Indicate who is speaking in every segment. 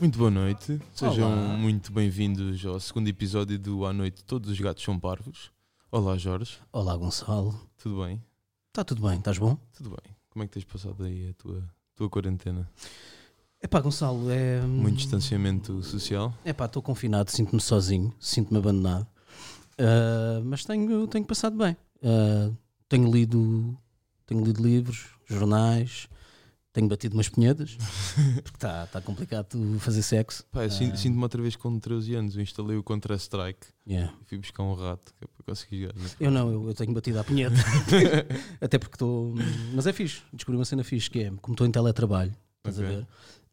Speaker 1: Muito boa noite, sejam muito bem-vindos ao segundo episódio do À Noite Todos os Gatos São Parvos. Olá Jorge,
Speaker 2: Olá, Gonçalo.
Speaker 1: tudo bem?
Speaker 2: Está tudo bem? Estás bom?
Speaker 1: Tudo bem. Como é que tens passado aí a tua, tua quarentena?
Speaker 2: Epá, Gonçalo, é.
Speaker 1: Muito distanciamento social?
Speaker 2: Epá, estou confinado, sinto-me sozinho, sinto-me abandonado. Ah, mas tenho, tenho passado bem. Ah, tenho, lido, tenho lido livros, jornais, tenho batido umas punhedas, porque está tá complicado fazer sexo.
Speaker 1: Pá, eu
Speaker 2: Ah.
Speaker 1: sin- sinto-me outra vez com 13 anos, eu instalei o Contra-Strike
Speaker 2: Yeah.
Speaker 1: e fui buscar um rato que é para conseguir jogar. né?
Speaker 2: Eu não, eu, eu tenho batido à punheta. Até porque estou. Mas é fixe, descobri uma cena fixe que é, como estou em teletrabalho, estás
Speaker 1: Ok.
Speaker 2: a ver?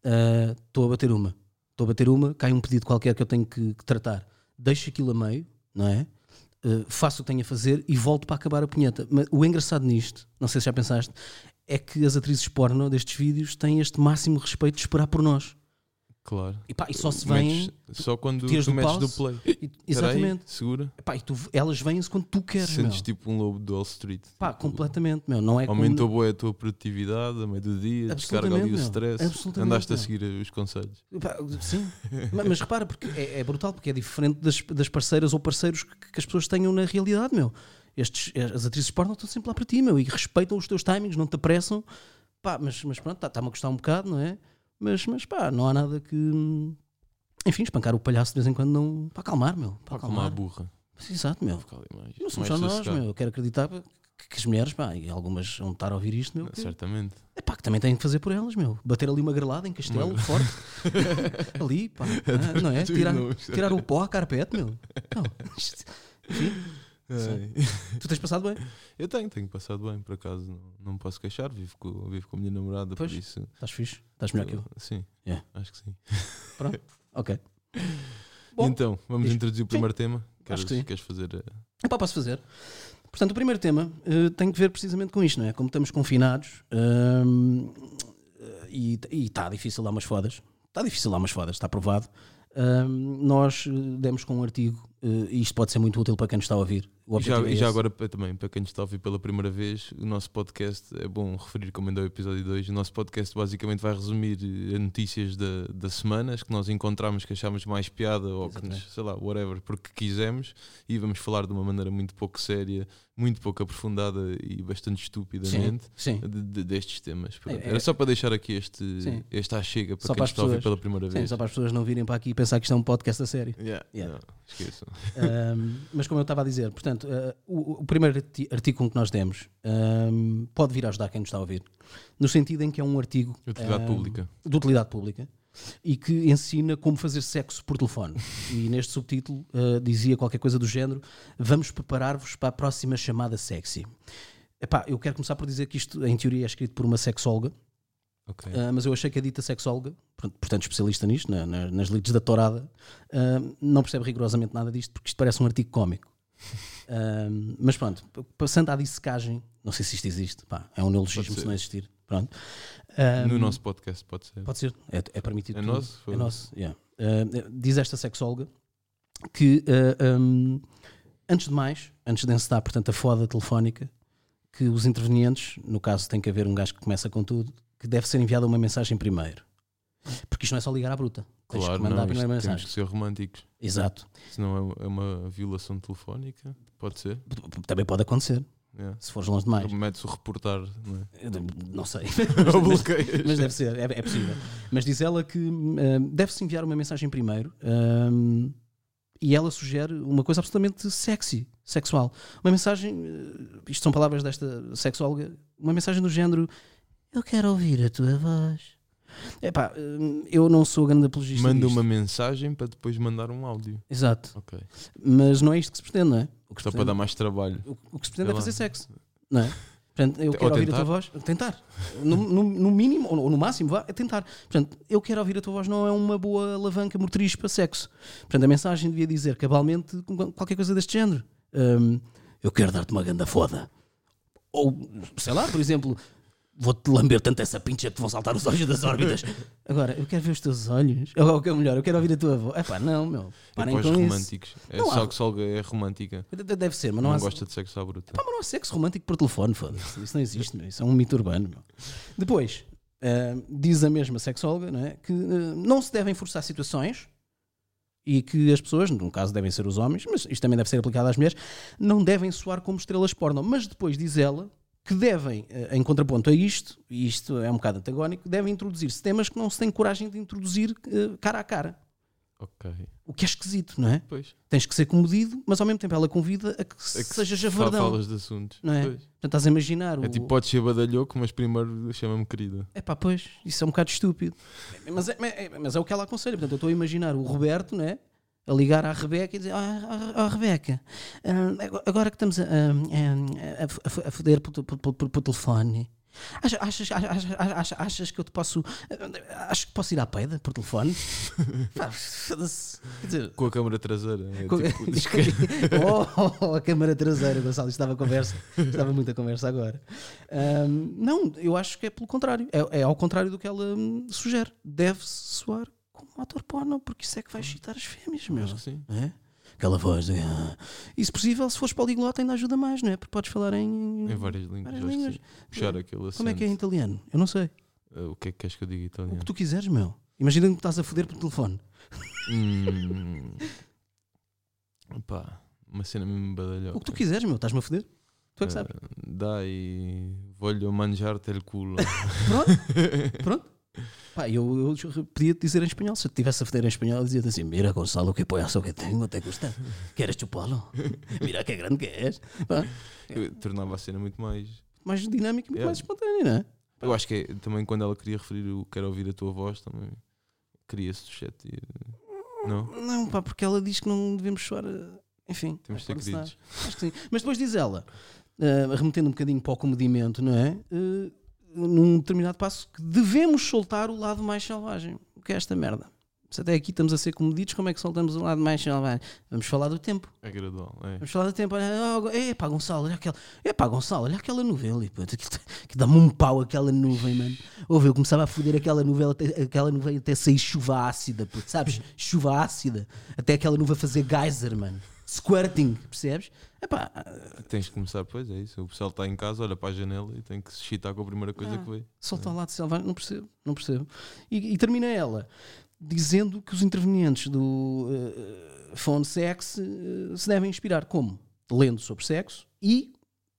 Speaker 2: ah, Estou a bater uma. Estou a bater uma, cai um pedido qualquer que eu tenho que, que tratar. Deixo aquilo a meio, não é? Ah, faço o que tenho a fazer e volto para acabar a punheta. Mas o engraçado nisto, não sei se já pensaste, é que as atrizes porno destes vídeos têm este máximo respeito de esperar por nós.
Speaker 1: Claro.
Speaker 2: E, pá, e só se vêm.
Speaker 1: Metes- só quando
Speaker 2: tiras
Speaker 1: tu
Speaker 2: do
Speaker 1: metes do
Speaker 2: pause,
Speaker 1: play.
Speaker 2: e-
Speaker 1: Espera aí,
Speaker 2: exatamente.
Speaker 1: segura.
Speaker 2: E, pá, e tu- elas vêm-se quando tu queres.
Speaker 1: Sentes
Speaker 2: meu.
Speaker 1: tipo um lobo do Wall Street.
Speaker 2: Pá,
Speaker 1: Tipo,
Speaker 2: completamente, meu. Não é como-
Speaker 1: Aumentou boa a tua produtividade a meio do dia, descarga ali o
Speaker 2: Absolutamente, meu.
Speaker 1: stress.
Speaker 2: Absolutamente,
Speaker 1: Andaste a
Speaker 2: meu.
Speaker 1: seguir os conselhos.
Speaker 2: Pá, Sim, mas, mas repara, porque é, é brutal, porque é diferente das, das parceiras ou parceiros que, que as pessoas tenham na realidade, meu. Estes, as atrizes porno estão sempre lá para ti, meu, e respeitam os teus timings, não te apressam. Pá, mas, mas pronto, está-me a custar um bocado, não é? Mas, mas pá, não há nada que. hum, Enfim, espancar o palhaço de vez em quando não. Para acalmar, meu. Para
Speaker 1: Pá, como a
Speaker 2: acalmar.
Speaker 1: burra.
Speaker 2: Mas, Exato, meu.
Speaker 1: Fica ali mais-
Speaker 2: Não somos
Speaker 1: mais
Speaker 2: só nós,
Speaker 1: sossegado.
Speaker 2: meu. Eu quero acreditar que, que as mulheres, pá, e algumas vão estar a ouvir isto, meu.
Speaker 1: Não,
Speaker 2: que-
Speaker 1: Certamente.
Speaker 2: é pá, que também têm que fazer por elas, meu. Bater ali uma grelada em castelo, forte. ali, pá. Ah, não é?
Speaker 1: Tu
Speaker 2: Tirar,
Speaker 1: não-
Speaker 2: tirar o pó à carpete, meu. Não. Isto- Enfim,
Speaker 1: Ai.
Speaker 2: tu tens passado bem.
Speaker 1: É. Eu tenho, tenho passado bem, por acaso. Não, não me posso queixar, vivo com, vivo com a minha namorada,
Speaker 2: Pois.
Speaker 1: por isso.
Speaker 2: Estás fixe? Estás melhor que eu. É.
Speaker 1: Sim,
Speaker 2: Yeah.
Speaker 1: acho que sim.
Speaker 2: Ok. Bom,
Speaker 1: então, vamos
Speaker 2: diz.
Speaker 1: introduzir o primeiro tema. Queres,
Speaker 2: Acho que sim.
Speaker 1: queres fazer a-
Speaker 2: Epá, posso fazer. Portanto, o primeiro tema eh, tem que ver precisamente com isto, não é? Como estamos confinados hum, e está difícil dar umas fodas, está difícil dar umas fodas, está provado. Hum, nós eh, demos com um artigo, eh, e isto pode ser muito útil para quem nos está a ouvir. O
Speaker 1: E já,
Speaker 2: objetivo é
Speaker 1: e já
Speaker 2: esse.
Speaker 1: agora para- também, para quem nos está a ouvir pela primeira vez, o nosso podcast, é bom referir como ainda é o episódio 2, o nosso podcast basicamente vai resumir eh, notícias da, da semana, as que nós encontramos que achámos mais piada ou que nos,
Speaker 2: Exatamente.
Speaker 1: sei lá, whatever, porque quisemos, e vamos falar de uma maneira muito pouco séria, muito pouco aprofundada e bastante
Speaker 2: Sim,
Speaker 1: estupidamente.
Speaker 2: sim.
Speaker 1: de- de- destes temas. Pronto.
Speaker 2: É, é-
Speaker 1: Era só para deixar aqui este,
Speaker 2: Sim.
Speaker 1: esta chega para
Speaker 2: Só
Speaker 1: quem
Speaker 2: para
Speaker 1: nos
Speaker 2: as
Speaker 1: está a ouvir
Speaker 2: pessoas.
Speaker 1: pela primeira
Speaker 2: Sim,
Speaker 1: vez.
Speaker 2: só para as pessoas não virem para aqui e pensar que isto é um podcast a sério.
Speaker 1: Yeah,
Speaker 2: Yeah.
Speaker 1: não, esqueçam.
Speaker 2: Ahm, mas como eu estava a dizer, portanto, ah, o, o primeiro arti- artigo com que nós demos ahm, pode vir a ajudar quem nos está a ouvir, no sentido em que é um artigo
Speaker 1: Utilidade
Speaker 2: ahm,
Speaker 1: pública.
Speaker 2: de utilidade pública e que ensina como fazer sexo por telefone. E neste subtítulo ah, dizia qualquer coisa do género: Vamos preparar-vos para a próxima chamada sexy. Epá, eu quero começar por dizer que isto, em teoria, é escrito por uma sexóloga,
Speaker 1: Ok.
Speaker 2: ah, mas eu achei que a dita sexóloga, por- portanto especialista nisto, na- na- nas lides da tourada, ah, não percebe rigorosamente nada disto porque isto parece um artigo cómico. Ah, mas pronto, p- passando à dissecagem, não sei se isto existe, pá, é um neologismo
Speaker 1: Pode
Speaker 2: se
Speaker 1: ser.
Speaker 2: não existir. Pronto. Ah,
Speaker 1: no nosso podcast, pode ser.
Speaker 2: Pode ser, é, é permitido.
Speaker 1: É
Speaker 2: tudo.
Speaker 1: nosso?
Speaker 2: É nosso, yeah. Ah, diz esta sexóloga que, ah, hum, antes de mais, antes de encetar, portanto, a foda telefónica, que os intervenientes, no caso tem que haver um gajo que começa com tudo, que deve ser enviada uma mensagem primeiro. Porque isto não é só ligar à bruta. Tens
Speaker 1: Claro,
Speaker 2: que mandar
Speaker 1: não,
Speaker 2: a primeira
Speaker 1: isto temos
Speaker 2: mensagem.
Speaker 1: que ser românticos.
Speaker 2: Exato.
Speaker 1: Senão é uma- é uma violação telefónica. Pode ser.
Speaker 2: Também pode acontecer,
Speaker 1: Yeah.
Speaker 2: se fores longe demais.
Speaker 1: Metes o reportar, não é?
Speaker 2: Eu Não sei.
Speaker 1: Ou bloqueias.
Speaker 2: Mas deve ser, é, é possível. Mas diz ela que hum, deve-se enviar uma mensagem primeiro hum, e ela sugere uma coisa absolutamente sexy, sexual. Uma mensagem, eh, isto são palavras desta sexóloga, uma mensagem do género: Eu quero ouvir a tua voz. Epá, hum, eu não sou grande apologista.
Speaker 1: Manda
Speaker 2: disto.
Speaker 1: uma mensagem para depois mandar um áudio.
Speaker 2: Exato.
Speaker 1: Ok. Então
Speaker 2: Mas não é isto que se pretende, não é? O que se
Speaker 1: Só para
Speaker 2: pretende,
Speaker 1: dar mais trabalho.
Speaker 2: o- o que se pretende
Speaker 1: Sei
Speaker 2: é
Speaker 1: lá.
Speaker 2: fazer sexo, não é? Portanto, eu
Speaker 1: Tá Ou
Speaker 2: quero ouvir a
Speaker 1: tentar.
Speaker 2: tua voz. Tentar. No, no- no mínimo, ou no- ou no máximo, vá, é tentar. Portanto, eu quero ouvir a tua voz não é uma boa alavanca motriz para sexo. Portanto, a mensagem devia dizer cabalmente com- qualquer coisa deste género. Hum, eu quero dar-te uma ganda foda. Ou, sei lá, por exemplo, vou-te lamber tanto essa pincha que te vão saltar os olhos das órbitas. Agora, eu quero ver os teus olhos. Ou, ou melhor, eu quero ouvir a tua voz. Epá, não, meu.
Speaker 1: É
Speaker 2: Parem
Speaker 1: para os
Speaker 2: com isso.
Speaker 1: românticos. É
Speaker 2: Não há-
Speaker 1: só que só é romântica.
Speaker 2: Deve ser, mas não,
Speaker 1: Não,
Speaker 2: há,
Speaker 1: gosta de sexo à bruta.
Speaker 2: Pá, mas não há sexo romântico por telefone, foda-se. Isso não existe, meu. Isso é um mito urbano, meu. Depois, Ah, diz a mesma sexóloga não é? que ah, não se devem forçar situações e que as pessoas, no caso devem ser os homens, mas isto também deve ser aplicado às mulheres, não devem soar como estrelas porno. Mas depois diz ela que devem, eh, em contraponto a isto, e isto é um bocado antagónico, devem introduzir-se temas que não se tem coragem de introduzir eh, cara a cara.
Speaker 1: Ok.
Speaker 2: O que é esquisito, não é?
Speaker 1: Pois.
Speaker 2: Tens que ser comedido, mas ao mesmo tempo ela convida a que,
Speaker 1: É que
Speaker 2: sejas
Speaker 1: fa-
Speaker 2: javardão.
Speaker 1: Falas de assuntos.
Speaker 2: Não é?
Speaker 1: Pois.
Speaker 2: Portanto, estás a imaginar o...
Speaker 1: É tipo, podes ser badalhoco, mas primeiro chama-me querida.
Speaker 2: É pá, pois, isso é um bocado estúpido. Mas é, mas é- mas é o que ela aconselha. Portanto, eu estou a imaginar o Roberto, né? A ligar à Rebeca e dizer: Ah, ah, ah, Rebeca, ah, agora- agora que estamos a, a- a- a- a foder por, por- por- por- por telefone, achas, achas, achas, achas- achas que eu te posso. ah, Acho que posso ir à peida por telefone? Pá, foda-se. Quer dizer,
Speaker 1: Com a câmara traseira. É
Speaker 2: Co-
Speaker 1: tipo, desca-
Speaker 2: oh, a câmara traseira, Gonçalo, isto estava a conversa, estava muito a conversa agora. Ahm, não, eu acho que é pelo contrário, é, é ao contrário do que ela hum, sugere. Deve-se soar como um ator porno, porque isso é que vai excitar as fêmeas, meu.
Speaker 1: Acho que sim.
Speaker 2: Não é? Aquela voz, de, ah. e se possível, se fores poliglota, ainda ajuda mais, não é? Porque podes falar em.
Speaker 1: Em várias línguas.
Speaker 2: Uhum. Várias
Speaker 1: acho que sim.
Speaker 2: línguas.
Speaker 1: Puxar aquele acento.
Speaker 2: Como é que é em italiano? Eu não sei.
Speaker 1: Ah, o que é que queres que eu diga,
Speaker 2: O
Speaker 1: italiano?
Speaker 2: que tu quiseres, meu. Imagina que estás a foder por telefone.
Speaker 1: Hum. Pá, uma cena mesmo badalhoca.
Speaker 2: O que tu quiseres, meu. Estás-me a foder? Tu é que sabes.
Speaker 1: Ah, dai, voglio manjar-te el culo.
Speaker 2: Pronto, pronto. Pá, eu, eu podia te dizer em espanhol. Se eu estivesse a foder em espanhol, eu dizia-te assim: Mira, Gonçalo, que poiaço que tenho, te gusta? Queres chupá-lo? Mira, que grande que és. Pá,
Speaker 1: Eu tornava a cena muito mais.
Speaker 2: mais dinâmico e muito
Speaker 1: Yeah.
Speaker 2: mais espontâneo, não é?
Speaker 1: Eu acho que é, também quando ela queria referir o quero ouvir a tua voz, também queria suscetir. Não?
Speaker 2: Não, pá, porque ela diz que não devemos chorar. eh, Enfim,
Speaker 1: Temos de ser
Speaker 2: pode-se dar.
Speaker 1: queridos.
Speaker 2: Acho que sim. Mas depois diz ela, eh, remetendo um bocadinho para o comedimento, não é? Eh, num determinado passo, que devemos soltar o lado mais selvagem. O que é esta merda? Se até aqui estamos a ser comedidos, como é que soltamos o lado mais selvagem? Vamos falar do tempo.
Speaker 1: É gradual. É.
Speaker 2: Vamos falar do tempo. Olha, oh, epá, Gonçalo, olha aquela. Epá, Gonçalo, olha aquela nuvem ali. puto, aquilo tá- Que dá-me um pau aquela nuvem, mano. Ouve, eu começava a foder aquela nuvem, até, aquela nuvem até sair chuva ácida, puto, sabes? Chuva ácida. Até aquela nuvem fazer geyser, mano. Squirting, percebes? Epá,
Speaker 1: Tens de começar, pois é isso. O pessoal está em casa, olha para a janela e tem que se excitar com a primeira coisa
Speaker 2: Ah.
Speaker 1: que vê.
Speaker 2: solta ao lado selvagem. Não percebo, não percebo. E, e termina ela dizendo que os intervenientes do eh, Phone Sex eh, se devem inspirar. Como? Lendo sobre sexo e,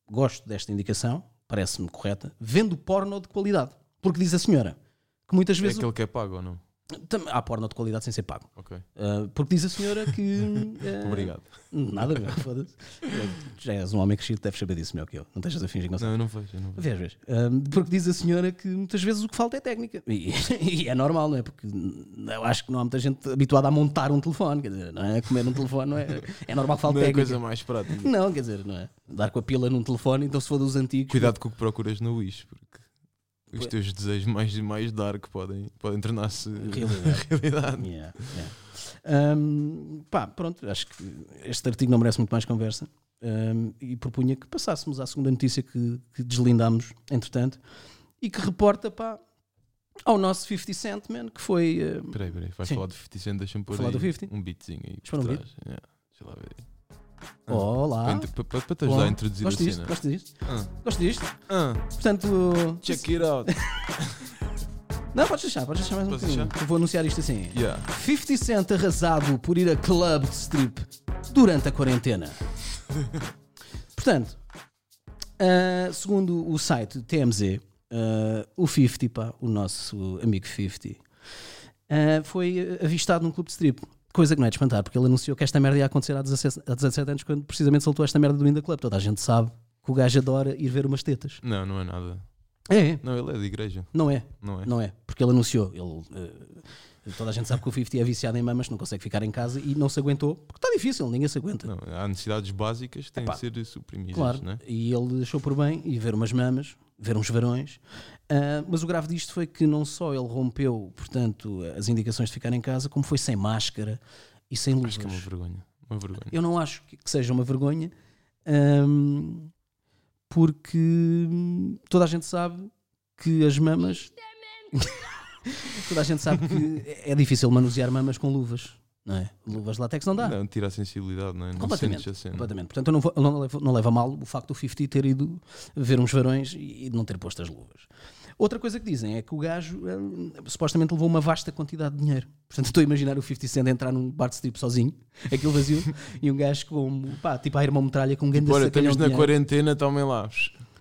Speaker 2: gosto desta indicação, parece-me correta, vendo porno de qualidade. Porque diz a senhora que muitas
Speaker 1: É
Speaker 2: vezes.
Speaker 1: aquele que é pago ou não?
Speaker 2: Tam- Há porno de qualidade sem ser pago.
Speaker 1: Ok.
Speaker 2: Ah, porque diz a senhora que. eh,
Speaker 1: Obrigado.
Speaker 2: Nada, meu, foda-se. Já és um homem crescido, deves saber disso melhor que eu. Não deixas a fingir que não sabes.
Speaker 1: Não, eu não vejo. Eu não vejo.
Speaker 2: Vês, vês. Hum, porque diz a senhora que muitas vezes o que falta é técnica. E, e é normal, não é? Porque hum, eu acho que não há muita gente habituada a montar um telefone. Quer dizer, não é? Comer um telefone não é. É normal que falte
Speaker 1: Não é a
Speaker 2: técnica.
Speaker 1: coisa mais prática.
Speaker 2: Não, quer dizer, não é? Dar com a pila num telefone, então se for dos antigos.
Speaker 1: Cuidado com o que procuras no Wish, porque os teus desejos mais, mais dark podem, podem tornar-se
Speaker 2: Realidade.
Speaker 1: realidade.
Speaker 2: Yeah, yeah. Hum, pá, pronto, acho que este artigo não merece muito mais conversa. Hum, e propunha que passássemos à segunda notícia que, que deslindámos, entretanto, e que reporta pá, ao nosso 50 Cent, man, que foi. hum,
Speaker 1: Peraí, peraí, vais
Speaker 2: Sim.
Speaker 1: falar do 50 Cent, deixa-me pôr
Speaker 2: falar
Speaker 1: aí
Speaker 2: do 50.
Speaker 1: um beatzinho aí
Speaker 2: Espera
Speaker 1: por
Speaker 2: um
Speaker 1: trás. Yeah, Deixa lá ver.
Speaker 2: Olá.
Speaker 1: Para, para, para te ajudar a introduzir
Speaker 2: gosto
Speaker 1: a
Speaker 2: disto,
Speaker 1: cena.
Speaker 2: Gosto disto,
Speaker 1: Ah,
Speaker 2: gosto disto.
Speaker 1: ah,
Speaker 2: Portanto,
Speaker 1: check it out.
Speaker 2: não, podes deixar, podes deixar mais um
Speaker 1: Posso
Speaker 2: bocadinho. Eu vou anunciar isto assim.
Speaker 1: Yeah.
Speaker 2: 50 Cent arrasado por ir a club de strip durante a quarentena. Portanto, ah, segundo o site TMZ, ah, o 50, pá, o nosso amigo 50, ah, foi ah, avistado num clube de strip. Coisa que não é de espantar, porque ele anunciou que esta merda ia acontecer há 17, há 17 anos, quando precisamente soltou esta merda do Inda Club. Toda a gente sabe que o gajo adora ir ver umas tetas.
Speaker 1: Não, não é nada.
Speaker 2: É, é.
Speaker 1: Não, ele é de igreja,
Speaker 2: não é?
Speaker 1: não é?
Speaker 2: Não é, porque ele anunciou. Ele, eh, toda a gente sabe que o 50 é viciado em mamas, não consegue ficar em casa e não se aguentou, porque está difícil, ninguém se aguenta.
Speaker 1: Não, há necessidades básicas que têm
Speaker 2: Epá.
Speaker 1: de ser suprimidas,
Speaker 2: claro.
Speaker 1: né?
Speaker 2: E ele achou por bem ir ver umas mamas, ver uns varões. Ah, mas o grave disto foi que não só ele rompeu, portanto, as indicações de ficar em casa, como foi sem máscara e sem luvas.
Speaker 1: Acho que é uma vergonha. Uma vergonha.
Speaker 2: Eu não acho que que seja uma vergonha, ahm, porque hum, toda a gente sabe que as mamas. toda a gente sabe que é difícil manusear mamas com luvas, não é? Luvas de látex não dá.
Speaker 1: Não, tira a sensibilidade, não é? Não
Speaker 2: Completamente,
Speaker 1: sentes a cena.
Speaker 2: completamente. Portanto, eu não, vou- eu não levo, não levo a mal o facto do 50 ter ido ver uns varões e, e de não ter posto as luvas. Outra coisa que dizem é que o gajo hum, supostamente levou uma vasta quantidade de dinheiro. Portanto, estou a imaginar o 50 Cent a entrar num bar de strip sozinho, aquele vazio, e um gajo com, pá, tipo a irmã metralha com um grande
Speaker 1: Bora,
Speaker 2: sacalhão
Speaker 1: estamos
Speaker 2: de
Speaker 1: na
Speaker 2: dinheiro.
Speaker 1: quarentena, tomem lá.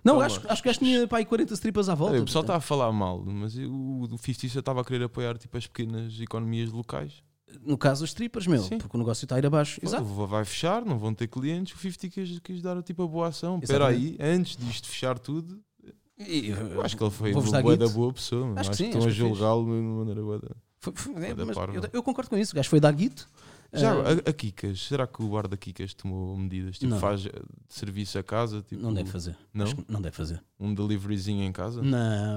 Speaker 2: Não,
Speaker 1: Toma.
Speaker 2: acho, acho que o gajo tinha pá, aí 40 stripas à volta.
Speaker 1: Olha, o pessoal está
Speaker 2: portanto.
Speaker 1: a falar mal, mas eu- o 50 já estava a querer apoiar tipo, as pequenas economias locais.
Speaker 2: No caso, os strippers, meu,
Speaker 1: tá- Sim.
Speaker 2: porque o negócio está a ir abaixo. Exato.
Speaker 1: Vai vai fechar, não vão ter clientes. O 50 quis, quis dar tipo a boa ação. Espera aí, antes disto fechar tudo,
Speaker 2: E, eh,
Speaker 1: eu acho que ele foi
Speaker 2: Vou-vos dar
Speaker 1: uma boa da
Speaker 2: guito.
Speaker 1: boa pessoa. mano. Acho,
Speaker 2: Acho que
Speaker 1: que
Speaker 2: sim,
Speaker 1: estão
Speaker 2: acho
Speaker 1: a
Speaker 2: que é fixe.
Speaker 1: julgá-lo de uma maneira boa da...
Speaker 2: foi- foi- é,
Speaker 1: da
Speaker 2: mas
Speaker 1: parva.
Speaker 2: eu, eu concordo com isso. O gajo foi dar guito.
Speaker 1: Já,
Speaker 2: Ah,
Speaker 1: a, a Kikas, será que o bar da Kikas tomou medidas? Tipo,
Speaker 2: Não.
Speaker 1: faz eh, serviço a casa? Tipo,
Speaker 2: não deve fazer.
Speaker 1: Não?
Speaker 2: Acho que não deve fazer.
Speaker 1: Um deliveryzinho em casa? Não.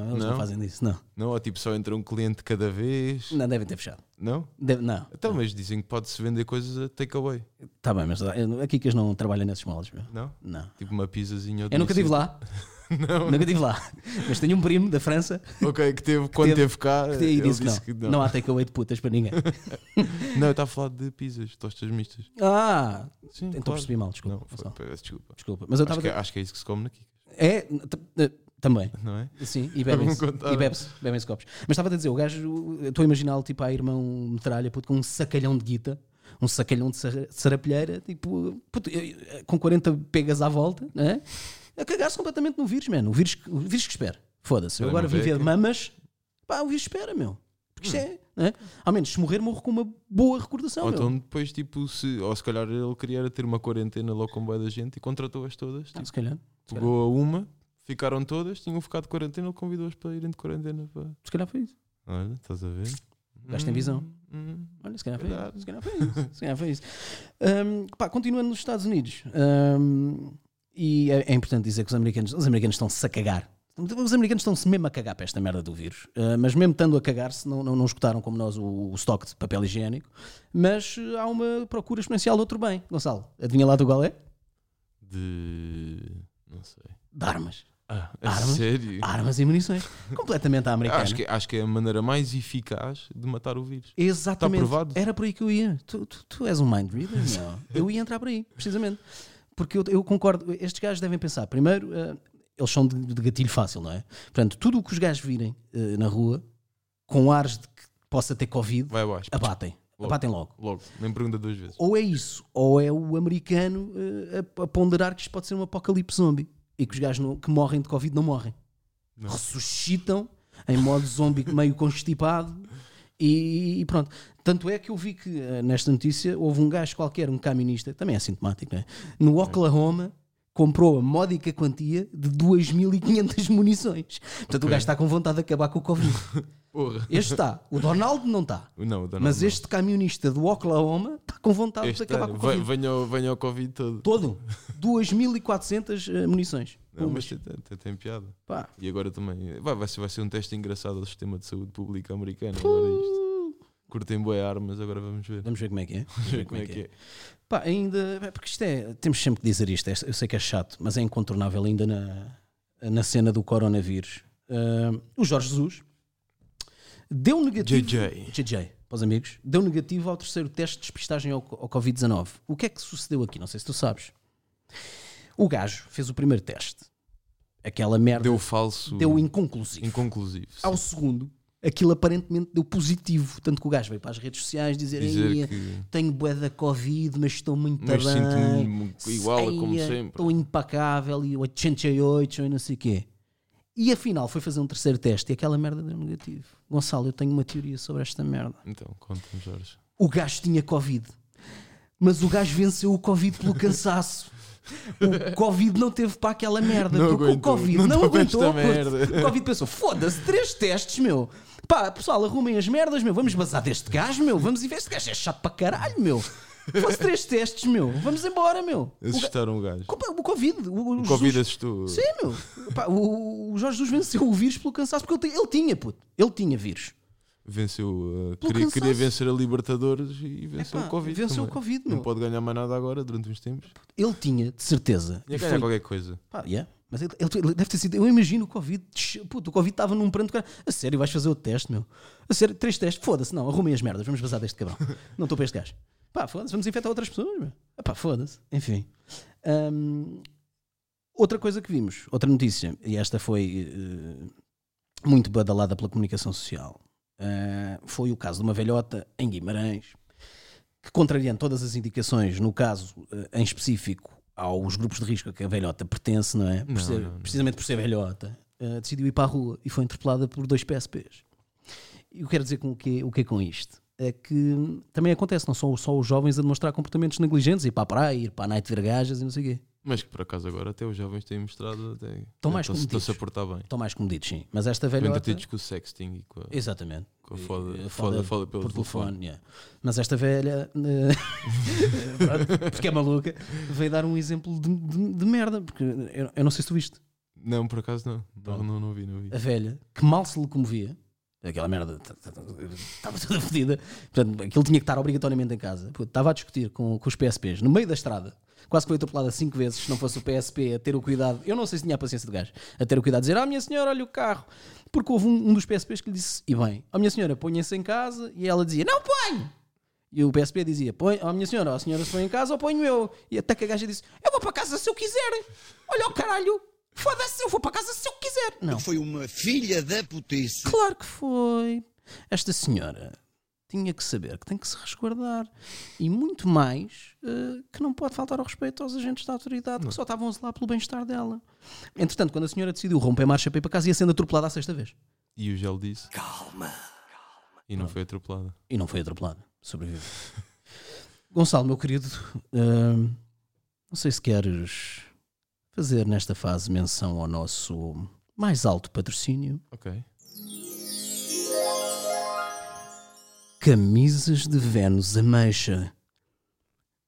Speaker 2: Não, eles não,
Speaker 1: Não?
Speaker 2: fazem isso. Não,
Speaker 1: Ou tipo, só entra um cliente cada vez?
Speaker 2: não devem ter fechado.
Speaker 1: Não?
Speaker 2: Deve- não,
Speaker 1: Então, mas dizem que pode-se vender coisas a takeaway,
Speaker 2: está bem, mas eu- aqui que eles não trabalham nesses moldes. Meu.
Speaker 1: não?
Speaker 2: Não.
Speaker 1: Tipo uma pizzazinha ou
Speaker 2: Eu nunca estive lá. Nunca estive lá. Mas tenho um primo da França
Speaker 1: Ok, que teve, quando
Speaker 2: teve-
Speaker 1: teve, cá,
Speaker 2: que
Speaker 1: É, ele
Speaker 2: te- disse que não. não.
Speaker 1: não.
Speaker 2: há takeaway de putas para ninguém.
Speaker 1: Não, eu estava a falar de pizzas, tostas mistas.
Speaker 2: ah,
Speaker 1: Sim,
Speaker 2: então
Speaker 1: claro.
Speaker 2: percebi mal,
Speaker 1: Não,
Speaker 2: desculpa.
Speaker 1: foi,
Speaker 2: Gonçalo.
Speaker 1: peço desculpa.
Speaker 2: Desculpa, mas eu
Speaker 1: Acho
Speaker 2: estava.
Speaker 1: que, acho que é isso que se come na Kikas,
Speaker 2: É, t- eh, também.
Speaker 1: não é?
Speaker 2: Sim, e
Speaker 1: Para me
Speaker 2: bebem-se
Speaker 1: contar.
Speaker 2: e bebe-se, bebem-se copos. Mas estava a dizer, o gajo, eu estou a imaginá-lo tipo à irmão metralha, puto, com um sacalhão de guita, um sacalhão de sarra- de sarapilheira, tipo, puto, eu- eu- com 40 pegas à volta, né? a cagar-se completamente no vírus, mano. O vírus, que- o vírus que espera. Foda-se, eu
Speaker 1: Espera,
Speaker 2: agora
Speaker 1: uma
Speaker 2: viver de
Speaker 1: beca.
Speaker 2: mamas, pá, o vírus espera, meu. Porque isto é, né? ao menos se morrer, morro com uma boa recordação,
Speaker 1: Hum. Ou
Speaker 2: meu.
Speaker 1: então depois, tipo, se, ou se calhar ele queria era ter uma quarentena logo com boa da gente e contratou-as todas.
Speaker 2: Ah,
Speaker 1: Tipo,
Speaker 2: se calhar, se calhar,
Speaker 1: pegou a uma, ficaram todas, tinham ficado de quarentena, ele convidou-as para irem de quarentena. Para...
Speaker 2: se calhar foi isso.
Speaker 1: Olha, estás a ver?
Speaker 2: O gajo tem visão.
Speaker 1: Hum, hum.
Speaker 2: Olha, se calhar foi
Speaker 1: Verdade.
Speaker 2: isso. Se calhar foi isso. se calhar foi isso. Hum, pá, continuando nos Estados Unidos. hum, e é, é importante dizer que os americanos, os americanos estão-se a cagar. Os americanos estão-se mesmo a cagar para esta merda do vírus. Uh, mas mesmo estando a cagar-se, não, não, não escutaram como nós o, o estoque de papel higiênico. Mas uh, há uma procura exponencial de outro bem. Gonçalo, adivinha lá do qual é?
Speaker 1: De. Não sei.
Speaker 2: De armas.
Speaker 1: Ah, a
Speaker 2: Armas?
Speaker 1: sério?
Speaker 2: Armas e munições. Completamente à americana.
Speaker 1: acho, que, acho que é a maneira mais eficaz de matar o vírus.
Speaker 2: Exatamente.
Speaker 1: Está aprovado.
Speaker 2: Era por aí que eu ia. Tu, tu, tu és um mind reader? Não. eu ia entrar por aí, precisamente. Porque eu, eu concordo. Estes gajos devem pensar. Primeiro, eh, eles são de, de gatilho fácil, não é? Portanto, tudo o que os gajos virem eh, na rua, com ares de que possa ter Covid,
Speaker 1: Vai abaixo.
Speaker 2: abatem.
Speaker 1: Logo.
Speaker 2: Abatem logo.
Speaker 1: Logo, nem pergunta duas vezes.
Speaker 2: Ou é isso, ou é o americano eh, a, a ponderar que isto pode ser um apocalipse zombie e que os gajos não- que morrem de Covid não morrem.
Speaker 1: Não.
Speaker 2: Ressuscitam em modo zombie meio constipado e, e pronto. Tanto é que eu vi que eh, nesta notícia houve um gajo qualquer, um caminista, também é sintomático, não é? no Oklahoma comprou a módica quantia de 2.500 munições. Portanto, o gajo está com vontade de acabar com o Covid.
Speaker 1: Porra.
Speaker 2: Este está, o Donald não está.
Speaker 1: Não, o Donald
Speaker 2: Mas
Speaker 1: não.
Speaker 2: este camionista do Oklahoma está com vontade
Speaker 1: Este é
Speaker 2: de acabar com o
Speaker 1: ano,
Speaker 2: Covid.
Speaker 1: ve- venha, ao- venha ao Covid todo.
Speaker 2: Todo. 2.400 eh, munições.
Speaker 1: Não, mas tem, tem- tem piada.
Speaker 2: Pá.
Speaker 1: E agora também. Vai, vai, ser, vai ser um teste engraçado ao sistema de saúde pública americano. Agora é isto. Curtem boi armas, agora vamos ver.
Speaker 2: Vamos ver como é que é. Vamos ver
Speaker 1: Como é que é?
Speaker 2: Pá, ainda. é Porque isto é. Temos sempre que dizer isto. é- Eu sei que é chato, mas é incontornável ainda na, na cena do coronavírus. Ah, o Jorge Jesus deu negativo.
Speaker 1: JJ.
Speaker 2: JJ, para os amigos. Deu negativo ao terceiro teste de despistagem ao, ao Covid-19. O que é que sucedeu aqui? Não sei se tu sabes. O gajo fez o primeiro teste. Aquela merda
Speaker 1: Deu
Speaker 2: deu,
Speaker 1: falso.
Speaker 2: inconclusivo.
Speaker 1: inconclusivo. sim.
Speaker 2: ao segundo, aquilo aparentemente deu positivo. Tanto que o gajo veio para as redes sociais dizer,
Speaker 1: Dizer
Speaker 2: "Ei,
Speaker 1: que.
Speaker 2: tenho bué da Covid, mas estou muito
Speaker 1: Mas
Speaker 2: bem.
Speaker 1: sinto-me igual a como
Speaker 2: Sei,
Speaker 1: sempre."
Speaker 2: Estou impacável e 808 e não sei o quê. E afinal foi fazer um terceiro teste e aquela merda deu negativo. Gonçalo, eu tenho uma teoria sobre esta merda.
Speaker 1: Então, conta-me, Jorge.
Speaker 2: O gajo tinha Covid. Mas o gajo venceu o Covid pelo cansaço. O Covid não teve para aquela merda.
Speaker 1: Não
Speaker 2: porque o
Speaker 1: aguentou,
Speaker 2: Covid não,
Speaker 1: não dou para
Speaker 2: aguentou.
Speaker 1: esta
Speaker 2: puto.
Speaker 1: merda.
Speaker 2: O Covid pensou: foda-se, três testes, meu. Pá, pessoal, arrumem as merdas, meu. Vamos bazar deste gajo, meu. Vamos ir ver. Este gajo é chato para caralho, meu. Faz três testes, meu. Vamos embora, meu. O, ga-
Speaker 1: Assustaram o gajo.
Speaker 2: o Covid. O, o
Speaker 1: O
Speaker 2: Jesus-
Speaker 1: Covid assustou.
Speaker 2: Sim, meu. Pá, o, o Jorge Jesus venceu o vírus pelo cansaço, porque ele, te- ele tinha, puto. Ele tinha vírus.
Speaker 1: Venceu. uh,
Speaker 2: Pelo
Speaker 1: queria, queria
Speaker 2: cansaço.
Speaker 1: vencer a Libertadores e venceu
Speaker 2: Epá,
Speaker 1: o Covid.
Speaker 2: venceu
Speaker 1: também.
Speaker 2: o Covid,
Speaker 1: Não
Speaker 2: meu.
Speaker 1: pode ganhar mais nada agora, durante uns tempos.
Speaker 2: Ele tinha, de certeza.
Speaker 1: Tinha
Speaker 2: e
Speaker 1: que ganhar
Speaker 2: foi-
Speaker 1: qualquer coisa.
Speaker 2: Pá, yeah. Mas ele, ele- ele deve ter sido. Eu imagino o Covid. tch, Puto, o Covid estava num pranto. Cara. A sério, vais fazer o teste, meu? A sério, três testes. Foda-se, não. Arrumem as merdas. Vamos vazar deste cabrão. não estou para este gajo. Pá, foda-se. Vamos infectar outras pessoas, meu. Ah, Pá, foda-se. Enfim. Hum, outra coisa que vimos, outra notícia, e esta foi. eh, muito badalada pela comunicação social. Ah, foi o caso de uma velhota em Guimarães, que, contrariando todas as indicações, no caso eh, em específico aos grupos de risco a que a velhota pertence, não é? Por
Speaker 1: Não,
Speaker 2: ser-
Speaker 1: não, não.
Speaker 2: Precisamente por ser velhota, eh, decidiu ir para a rua e foi interpelada por dois PSPs. E eu quero dizer com o que, o que é com isto? É que hum, também acontece, não são só os jovens a demonstrar comportamentos negligentes, ir para a praia, ir para a night ver gajas e não sei o quê.
Speaker 1: Mas que por acaso agora até os jovens têm mostrado. até-
Speaker 2: Estão mais É
Speaker 1: Estão-se estão-se a
Speaker 2: comedidos.
Speaker 1: portar bem.
Speaker 2: Estão mais comedidos, sim. Mas esta
Speaker 1: Estão
Speaker 2: velhota.
Speaker 1: entretidos com o sexting e com a,
Speaker 2: Exatamente.
Speaker 1: com a foda,
Speaker 2: Eh,
Speaker 1: foda, foda, pelo
Speaker 2: por
Speaker 1: telefone.
Speaker 2: telefone. yeah. Mas esta velha, eh, pronto, porque é maluca, veio dar um exemplo de, de- de merda. Porque eu, eu não sei se tu viste.
Speaker 1: Não, por acaso não. Não,
Speaker 2: Pronto. É.
Speaker 1: não, não vi, não vi.
Speaker 2: A velha, que mal se lhe comovia, aquela merda t- t- t- estava toda fodida. Portanto, aquilo tinha que estar obrigatoriamente em casa. Puto, Estava a discutir com, com os PSPs no meio da estrada. Quase que foi atropelada cinco vezes, se não fosse o PSP a ter o cuidado. Eu não sei se tinha a paciência de gajo. A ter o cuidado de dizer: Ah, minha senhora, olha o carro. Porque houve um, um dos PSPs que lhe disse: E bem, a minha senhora, ponha-se em casa. E ela dizia: Não ponho! E o PSP dizia: Põe, ó minha senhora, ó, a senhora se põe em casa ou ponho eu. E até que a gaja disse: Eu vou para casa se eu quiser. Olha o caralho, foda-se, eu vou para casa se eu quiser. Não.
Speaker 3: Foi uma filha da putice.
Speaker 2: Claro que foi. Esta senhora tinha que saber que tem que se resguardar. E muito mais eh, que não pode faltar ao respeito aos agentes da autoridade que só estavam a zelar pelo bem-estar dela. Entretanto, quando a senhora decidiu romper a marcha para ir para casa, ia sendo atropelada a sexta vez.
Speaker 1: E o gel disse. Calma. E não foi atropelada.
Speaker 2: E não foi atropelada. Sobreviveu. Gonçalo, meu querido, ahm, não sei se queres fazer nesta fase menção ao nosso mais alto patrocínio.
Speaker 1: Ok.
Speaker 2: Camisas de Vênus Ameixa.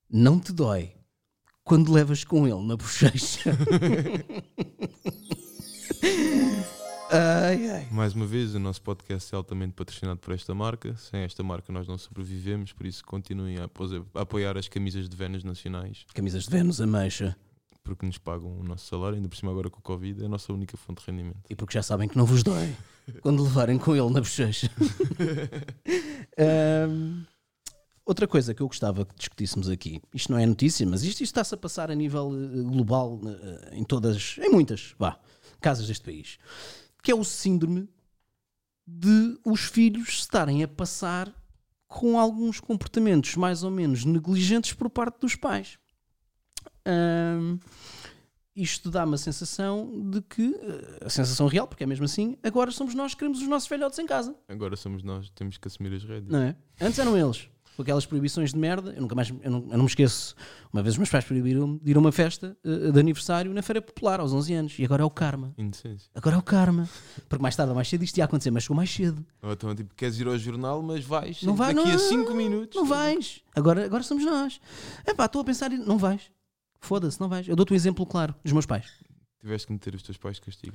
Speaker 2: Não te dói quando levas com ele na bochecha. ai, ai.
Speaker 1: Mais uma vez, o nosso podcast é altamente patrocinado por esta marca. Sem esta marca nós não sobrevivemos, por isso continuem a, apos- a apoiar as camisas de Vênus nacionais,
Speaker 2: Camisas de Vênus Ameixa.
Speaker 1: porque nos pagam o nosso salário, ainda por cima agora com o Covid, é a nossa única fonte de rendimento.
Speaker 2: E porque já sabem que não vos dói quando levarem com ele na bochecha. Ahm, outra coisa que eu gostava que discutíssemos aqui, isto não é notícia, mas isto, isto está-se a passar a nível eh, global eh, em todas, em muitas, vá, casas deste país, que é o síndrome de os filhos estarem a passar com alguns comportamentos mais ou menos negligentes por parte dos pais. Ahm, isto dá-me a sensação de que, eh, a sensação real, porque é mesmo assim, agora somos nós que queremos os nossos velhotes em casa,
Speaker 1: Agora somos nós, temos que assumir as rédeas.
Speaker 2: não é? Antes eram eles, com aquelas proibições de merda. Eu nunca mais, eu não, eu não me esqueço. Uma vez os meus pais proibiram-me de ir a uma festa eh, de aniversário na Feira Popular aos 11 anos, e agora é o karma.
Speaker 1: Indecência.
Speaker 2: Agora é o karma. Porque mais tarde ou mais cedo isto ia acontecer, mas chegou mais cedo.
Speaker 1: Ou então, tipo, queres ir ao jornal, mas vais
Speaker 2: Não vai,
Speaker 1: daqui
Speaker 2: não,
Speaker 1: a 5 minutos.
Speaker 2: Não vais. Agora, agora somos nós. Epá, estou a pensar, em- não vais. Foda-se, não vais. Eu dou-te um exemplo claro dos meus pais.
Speaker 1: Tiveste que meter os teus pais de castigo.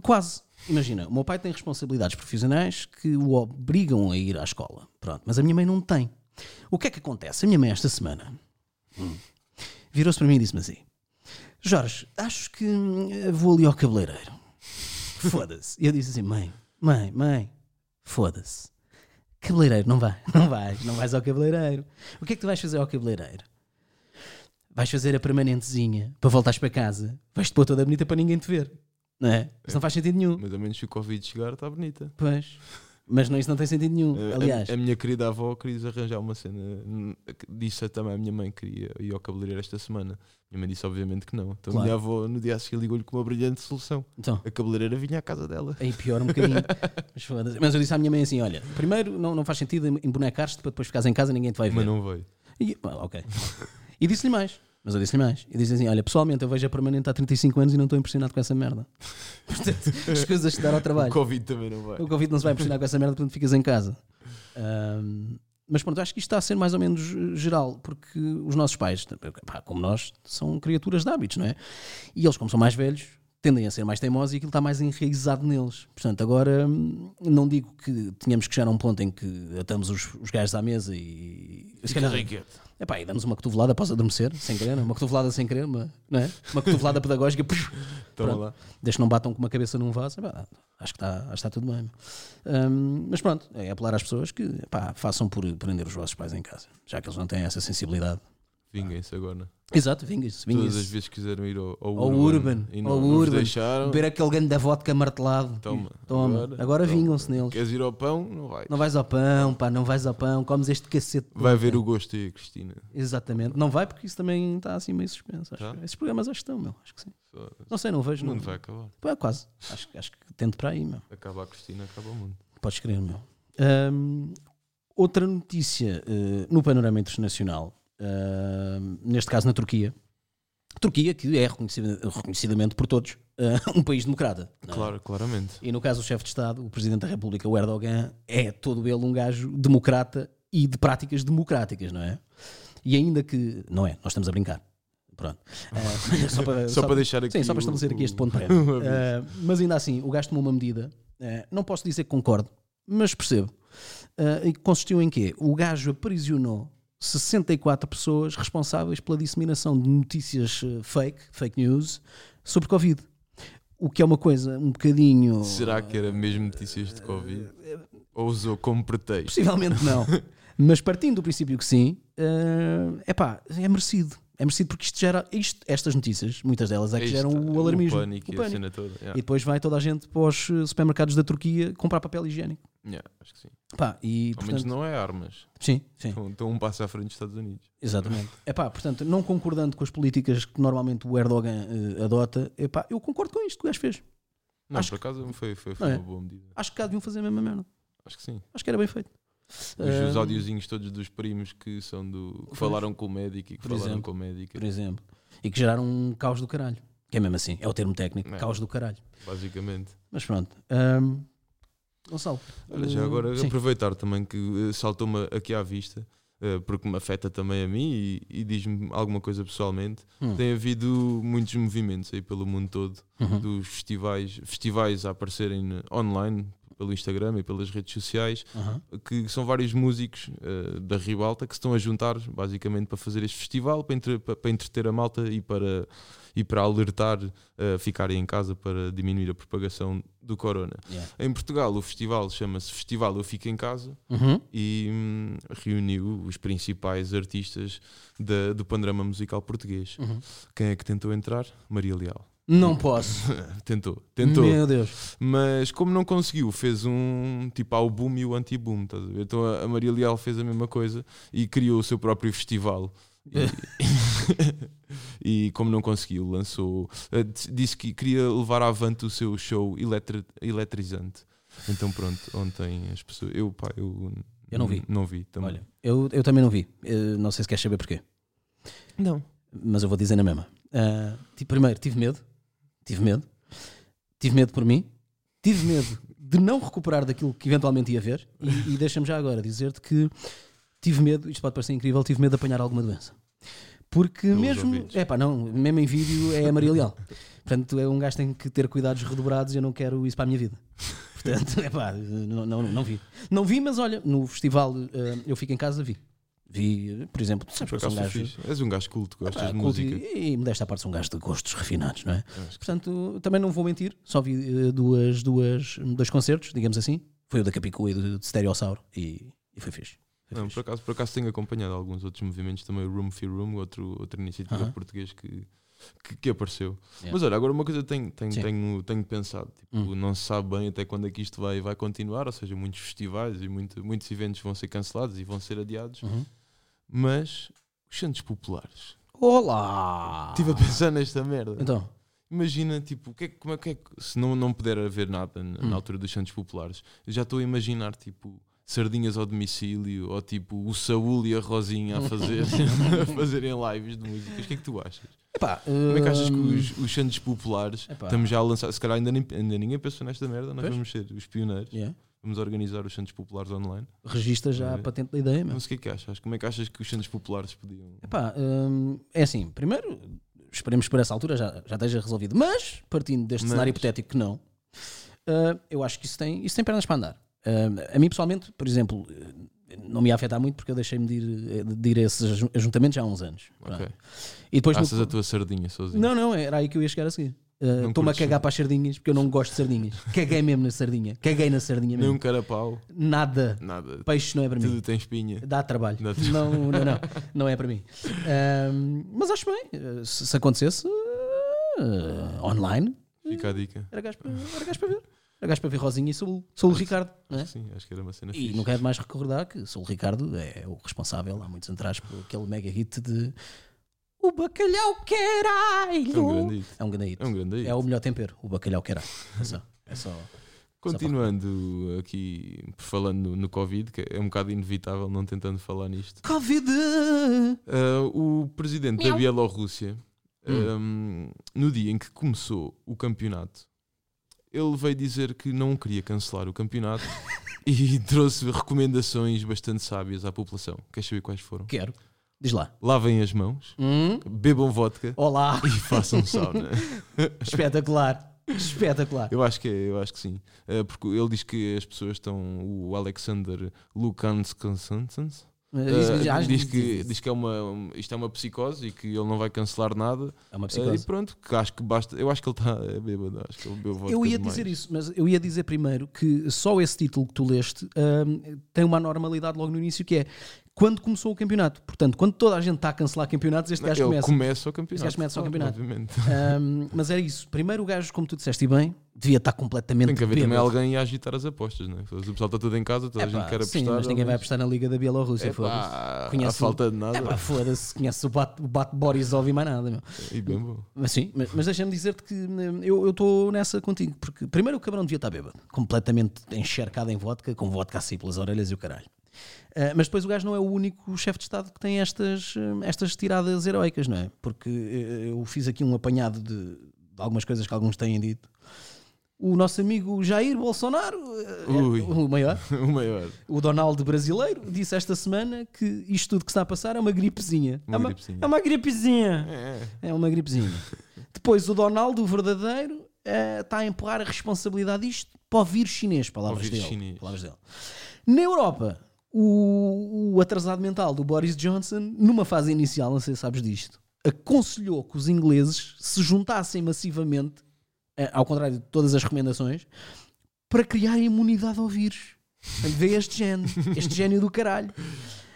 Speaker 2: Quase. Imagina, o meu pai tem responsabilidades profissionais que o obrigam a ir à escola. Pronto, mas a minha mãe não tem. O que é que acontece? A minha mãe, esta semana, hum, virou-se para mim e disse-me assim: Jorge, acho que hum, eh, vou ali ao cabeleireiro. Foda-se. E eu disse assim: mãe, mãe, mãe, foda-se. Cabeleireiro, não vai, não vais, não vais ao cabeleireiro. O que é que tu vais fazer ao cabeleireiro? Vais fazer a permanentezinha para voltares para casa, vais-te pôr toda bonita para ninguém te ver, não é? Isso não faz sentido nenhum.
Speaker 1: Mas ao menos se o Covid chegar, está bonita.
Speaker 2: Pois, mas não, isso não tem sentido nenhum.
Speaker 1: A- a-
Speaker 2: Aliás,
Speaker 1: a, minha querida avó queria arranjar uma cena. hum, que Disse também a minha mãe que queria ir ao cabeleireiro esta semana. Minha mãe disse, obviamente, que não. Então
Speaker 2: Claro.
Speaker 1: a minha avó, no dia a seguir, ligou-lhe com uma brilhante solução.
Speaker 2: então,
Speaker 1: A cabeleireira vinha à casa dela.
Speaker 2: aí pior um bocadinho. Mas, foda-se. Mas eu disse à minha mãe assim: olha, primeiro não, não faz sentido embonecar-te para depois ficares em casa e ninguém te vai ver.
Speaker 1: Mas não veio.
Speaker 2: E, ah, ok. E disse-lhe mais. Mas eu disse-lhe mais. E disse assim: olha, pessoalmente eu vejo a permanente há 35 anos e não estou impressionado com essa merda. Portanto, as coisas te dar ao
Speaker 1: O
Speaker 2: trabalho.
Speaker 1: Covid também não vai.
Speaker 2: O Covid não se vai impressionar com essa merda, portanto ficas em casa. Ahm, mas pronto, acho que isto está a ser mais ou menos eh, geral, porque os nossos pais, pá, como nós, são criaturas de hábitos, não é? E eles, como são mais velhos, tendem a ser mais teimosos e aquilo está mais enraizado neles. Portanto, agora, hum, não digo que tenhamos que chegar a um ponto em que atamos os, os gajos à mesa e. se calhar- Epá, e damos uma cotovelada após adormecer, sem querer, é? uma cotovelada sem querer, uma, não é? Uma cotovelada pedagógica, puf,
Speaker 1: Toma
Speaker 2: Pronto.
Speaker 1: lá.
Speaker 2: desde que não batam com uma cabeça num vaso, epá, acho, que está, acho que está tudo bem. Hum, mas pronto, é apelar às pessoas que epá, façam por prender os vossos pais em casa, já que eles não têm essa sensibilidade.
Speaker 1: Vinguem-se agora.
Speaker 2: Exato, vinga-se,
Speaker 1: Todas as
Speaker 2: vinga-se.
Speaker 1: vezes que quiseram ir ao, ao
Speaker 2: Ao
Speaker 1: Urban,
Speaker 2: Urban,
Speaker 1: e
Speaker 2: ao
Speaker 1: não, não vos
Speaker 2: Urban.
Speaker 1: deixaram.
Speaker 2: Beber aquele grande da vodka martelado.
Speaker 1: Toma,
Speaker 2: Toma.
Speaker 1: agora-
Speaker 2: Agora,
Speaker 1: toma.
Speaker 2: vingam-se neles.
Speaker 1: Queres ir ao pão? Não vai.
Speaker 2: Não vais ao pão, pá, não vais ao pão, comes este cacete. de
Speaker 1: Vai
Speaker 2: porco.
Speaker 1: ver o gosto aí, Cristina.
Speaker 2: Exatamente. Não vai porque isso também está assim meio suspenso. acho
Speaker 1: Tá?
Speaker 2: que- Esses programas acho que estão, meu. Acho que sim.
Speaker 1: Só-
Speaker 2: Não sei, não vejo.
Speaker 1: O mundo
Speaker 2: não.
Speaker 1: vai acabar.
Speaker 2: Pá, quase. Acho, acho que tento para aí, meu.
Speaker 1: Acaba a Cristina, acaba o mundo.
Speaker 2: Podes crer, meu. Ahm, outra notícia eh, no panorama internacional, ahm, neste caso na Turquia. Turquia, que é reconhecida- reconhecidamente por todos ah, um país democrata. não é?
Speaker 1: Claro, claramente.
Speaker 2: E no caso, o chefe de Estado, o Presidente da República, o Erdogan, é todo ele um gajo democrata e de práticas democráticas, não é? E ainda que. Não é, nós estamos a brincar. Pronto. Eh, só para,
Speaker 1: Só, para deixar aqui.
Speaker 2: Sim, só
Speaker 1: o-
Speaker 2: para estabelecer aqui este ponto prévio.
Speaker 1: o aviso.
Speaker 2: Eh, mas ainda assim, o gajo tomou uma medida, eh, não posso dizer que concordo, mas percebo. Eh, e que consistiu em quê? O gajo aprisionou 64 pessoas responsáveis pela disseminação de notícias eh, fake, fake news, sobre Covid. O que é uma coisa um bocadinho.
Speaker 1: Será que era mesmo notícias de Covid?
Speaker 2: É,
Speaker 1: Ou usou como pretexto?
Speaker 2: Possivelmente não. Mas partindo do princípio que sim, é pá, é merecido. É merecido porque isto gera. Isto, estas notícias, muitas delas, é que
Speaker 1: Isto,
Speaker 2: geram o alarmismo.
Speaker 1: O pânico, é
Speaker 2: o
Speaker 1: e a
Speaker 2: pânico.
Speaker 1: cena toda. Yeah.
Speaker 2: E depois vai toda a gente para os eh, supermercados da Turquia comprar papel higiênico.
Speaker 1: Yeah, acho que sim.
Speaker 2: Pá, e,
Speaker 1: Ao menos
Speaker 2: portanto, é.
Speaker 1: não é armas.
Speaker 2: Sim, sim,
Speaker 1: Estão, estão um passo à frente dos Estados Unidos.
Speaker 2: exatamente. Epá, portanto, não concordando com as políticas que normalmente o Erdogan eh, adota, epá, eu concordo com isto que o gajo fez.
Speaker 1: Não,
Speaker 2: Acho
Speaker 1: por acaso foi, foi, foi
Speaker 2: Não é?
Speaker 1: uma boa medida.
Speaker 2: Acho que cá deviam fazer a mesma merda.
Speaker 1: Acho que sim.
Speaker 2: Acho que era bem feito.
Speaker 1: Os, os
Speaker 2: Ah,
Speaker 1: audiozinhos todos dos primos que são do. que
Speaker 2: Pois.
Speaker 1: falaram com o médico e que
Speaker 2: Por
Speaker 1: falaram
Speaker 2: exemplo.
Speaker 1: com a médica.
Speaker 2: Por exemplo. E que geraram um caos do caralho. Que é mesmo assim, é o termo técnico,
Speaker 1: É.
Speaker 2: caos do caralho.
Speaker 1: Basicamente.
Speaker 2: Mas pronto. ahm, Gonçalo.
Speaker 1: Olha, já
Speaker 2: eh,
Speaker 1: agora
Speaker 2: sim.
Speaker 1: aproveitar também que eh, saltou-me aqui à vista, eh, porque me afeta também a mim e, e diz-me alguma coisa pessoalmente.
Speaker 2: Hum.
Speaker 1: Tem havido muitos movimentos aí pelo mundo todo,
Speaker 2: Uhum.
Speaker 1: dos festivais, festivais a aparecerem online pelo Instagram e pelas redes sociais,
Speaker 2: Aham.
Speaker 1: que são vários músicos eh, da Ribalta que se estão a juntar basicamente para fazer este festival, para, entre- para- para entreter a malta e para, e para alertar eh, a ficarem em casa para diminuir a propagação do corona.
Speaker 2: Yeah.
Speaker 1: Em Portugal, o festival chama-se Festival Eu Fico em Casa
Speaker 2: Uhum.
Speaker 1: e hum, reuniu os principais artistas da- do panorama musical português.
Speaker 2: Uhum.
Speaker 1: Quem é que tentou entrar? Maria Leal.
Speaker 2: Não posso.
Speaker 1: Tentou, tentou.
Speaker 2: Meu Deus.
Speaker 1: Mas como não conseguiu, fez um tipo ao boom e o anti-boom, estás a ver? Então a a Maria Leal fez a mesma coisa e criou o seu próprio festival. E, e como não conseguiu, lançou. eh, d- Disse que queria levar avante o seu show eletri- eletrizante. Então pronto, ontem as pessoas. Eu, pá, eu.
Speaker 2: Eu não vi.
Speaker 1: Não vi também.
Speaker 2: Olha, eu, eu também não vi. Eh, não sei se queres saber porquê.
Speaker 1: Não.
Speaker 2: mas eu vou dizer na mesma. Ah, ti- primeiro, tive medo, tive medo, tive medo por mim, tive medo de não recuperar daquilo que eventualmente ia ver. E, e deixa-me já agora dizer-te que tive medo, isto pode parecer incrível, tive medo de apanhar alguma doença. Porque
Speaker 1: Pelos
Speaker 2: mesmo,
Speaker 1: ouvidos.
Speaker 2: é pá, não, mesmo em vídeo é a Maria Leal. Portanto, é um gajo que tem que ter cuidados redobrados e eu não quero isso para a minha vida. Portanto, é pá, não, não, não vi. Não vi, mas olha, no festival ah, eu fico em casa, vi. Vi, por exemplo, tu sabes
Speaker 1: Por
Speaker 2: que eu sou um
Speaker 1: acaso
Speaker 2: gajo,
Speaker 1: fiz. És um gajo culto, gostas
Speaker 2: ah,
Speaker 1: de
Speaker 2: culto
Speaker 1: música.
Speaker 2: E, e modesta à parte são gajos de gostos refinados, não é?
Speaker 1: Acho
Speaker 2: Portanto, também não vou mentir, só vi eh, duas, duas, dois concertos, digamos assim. Foi o da Capicua e do de Stereossauro e, e foi fixe. Foi
Speaker 1: Não,
Speaker 2: É fixe.
Speaker 1: por acaso, por acaso tenho acompanhado alguns outros movimentos também, o Room for Room, outro, outra iniciativa
Speaker 2: Aham.
Speaker 1: portuguesa que, que, que apareceu.
Speaker 2: Yeah.
Speaker 1: Mas olha, agora uma coisa tenho, tenho,
Speaker 2: Sim.
Speaker 1: tenho, tenho pensado, tipo,
Speaker 2: Hum.
Speaker 1: não se sabe bem até quando é que isto vai, vai continuar, ou seja, muitos festivais e muito- muitos eventos vão ser cancelados e vão ser adiados,
Speaker 2: Uhum.
Speaker 1: mas os Santos Populares.
Speaker 2: Olá!
Speaker 1: Estive a pensar nesta merda.
Speaker 2: Ah. Então,
Speaker 1: Imagina, tipo, o que é, que- como é que é que- se não, não puder haver nada na, na
Speaker 2: Hum.
Speaker 1: altura dos Santos Populares, eu já estou a imaginar, tipo, sardinhas ao domicílio ou tipo o Saúl e a Rosinha a, fazer, a fazerem lives de músicas. O que é que tu achas?
Speaker 2: epá,
Speaker 1: Como é que achas que os, os Santos Populares
Speaker 2: Hum. Epá.
Speaker 1: estamos já a lançar? Se calhar ainda, nem- ainda ninguém pensou nesta merda, nós
Speaker 2: Pois.
Speaker 1: vamos ser os pioneiros, vamos organizar os Santos Populares online.
Speaker 2: Regista já a patente da ideia, meu.
Speaker 1: Não sei o que é que achas, como é que achas que os Santos Populares podiam.
Speaker 2: Epá, hum, é assim, primeiro, esperemos que por essa altura já, já esteja resolvido, mas partindo deste
Speaker 1: Mas-
Speaker 2: cenário hipotético que não, ah, eu acho que isso tem, isso tem pernas para andar. Ah, a mim pessoalmente, por exemplo, eh, não me ia afetar muito porque eu deixei-me de ir, eh, de ir a esses ajun- ajuntamentos já há uns anos.
Speaker 1: Ok. Ah,
Speaker 2: Pronto. E depois no-
Speaker 1: Achas a tua sardinha sozinho?
Speaker 2: Não, não, era aí que eu ia chegar a seguir. Uh, Estou-me a
Speaker 1: curtes
Speaker 2: cagar para as sardinhas porque eu não gosto de sardinhas. Caguei mesmo na sardinha. Caguei na sardinha
Speaker 1: Nem
Speaker 2: mesmo.
Speaker 1: um carapau,
Speaker 2: Nada.
Speaker 1: nada.
Speaker 2: Peixe não é para mim.
Speaker 1: Tudo tem espinha.
Speaker 2: Dá trabalho.
Speaker 1: Dá tra-
Speaker 2: Não, não, não. Não é para mim. Ahm, mas acho bem. eh, Se, se acontecesse eh, online,
Speaker 1: Fica a dica.
Speaker 2: era gajo para, era gajo para ver. Era gajo para ver Rosinha e Saúl. Saúl Ricardo. Não é?
Speaker 1: Sim, acho que era uma cena
Speaker 2: E
Speaker 1: fixe.
Speaker 2: não quero mais recordar que Saúl Ricardo é o responsável há muitos anos atrás por aquele mega hit de O Bacalhau Queralho.
Speaker 1: É um grande hit.
Speaker 2: É um grande hit.
Speaker 1: É um grande hit.
Speaker 2: É o melhor tempero, o Bacalhau Queralho. É só. É só.
Speaker 1: Continuando aqui, falando no, no Covid, que é um bocado inevitável não tentando falar nisto.
Speaker 2: Covid!
Speaker 1: Ah, o presidente da Bielorrússia,
Speaker 2: Hum.
Speaker 1: ahm, no dia em que começou o campeonato, ele veio dizer que não queria cancelar o campeonato e trouxe recomendações bastante sábias à população. Queres saber quais foram?
Speaker 2: Quero. Diz lá.
Speaker 1: Lavem as mãos,
Speaker 2: Hum?
Speaker 1: bebam vodka
Speaker 2: Olá!
Speaker 1: e façam sauna.
Speaker 2: Espetacular! Espetacular!
Speaker 1: Eu acho que é, eu acho que sim. Eh, porque ele diz que as pessoas estão. O Alexander Lukanskansen
Speaker 2: É Isso já-
Speaker 1: diz, que, diz que é uma, um- isto é uma psicose e que ele não vai cancelar nada.
Speaker 2: É uma
Speaker 1: Eh,
Speaker 2: psicose.
Speaker 1: e pronto, que acho que basta. Eu acho que ele está é bêbado. Acho que ele bebeu vodka
Speaker 2: Eu ia
Speaker 1: demais.
Speaker 2: dizer isso, mas eu ia dizer primeiro que só esse título que tu leste hum, tem uma normalidade logo no início que é quando começou o campeonato. Portanto, quando toda a gente está a cancelar campeonatos, este
Speaker 1: Não,
Speaker 2: gajo
Speaker 1: ele
Speaker 2: começa.
Speaker 1: começa o campeonato.
Speaker 2: Este gajo começa o
Speaker 1: claro,
Speaker 2: campeonato.
Speaker 1: Obviamente.
Speaker 2: Hum, mas era isso. Primeiro o gajo, como tu disseste e bem, devia estar completamente
Speaker 1: Tem que haver também
Speaker 2: bêbado.
Speaker 1: alguém a agitar as apostas, não é? O pessoal está todo em casa, toda a
Speaker 2: Epá,
Speaker 1: gente quer apostar.
Speaker 2: sim, mas ninguém vai apostar na Liga da Bielorrússia.
Speaker 1: Epá,
Speaker 2: foda-se.
Speaker 1: à
Speaker 2: Conhece o-
Speaker 1: falta de nada.
Speaker 2: Epá, Foda-se, conhece o Bat, o Bat Borisov e mais nada. Meu.
Speaker 1: E bem bom.
Speaker 2: Mas sim, mas, mas deixa-me dizer-te que hum, eu estou nessa contigo, porque primeiro o cabrão devia estar bêbado, completamente enxercado em vodka, com vodka a sair pelas orelhas e o caralho. Ah, mas depois o gajo não é o único chefe de Estado que tem estas, hum, estas tiradas heroicas, não é? Porque eh, eu fiz aqui um apanhado de, de algumas coisas que alguns têm dito. O nosso amigo Jair Bolsonaro, eh, é
Speaker 1: Ui.
Speaker 2: o maior,
Speaker 1: o maior.
Speaker 2: o Donald brasileiro, disse esta semana que isto tudo que está a passar é uma gripezinha.
Speaker 1: Uma
Speaker 2: é, uma,
Speaker 1: gripezinha.
Speaker 2: é uma gripezinha.
Speaker 1: É.
Speaker 2: É uma gripezinha. Depois o Donaldo, o verdadeiro, eh, está a empurrar a responsabilidade disto para o vírus chinês, palavras,
Speaker 1: Ao vírus
Speaker 2: dele,
Speaker 1: chinês.
Speaker 2: palavras dele. Na Europa, o, o atrasado mental do Boris Johnson, numa fase inicial, não sei se sabes disto, aconselhou que os ingleses se juntassem massivamente, eh, ao contrário de todas as recomendações, para criar imunidade ao vírus. Portanto, Vê este gênio, este gênio do caralho.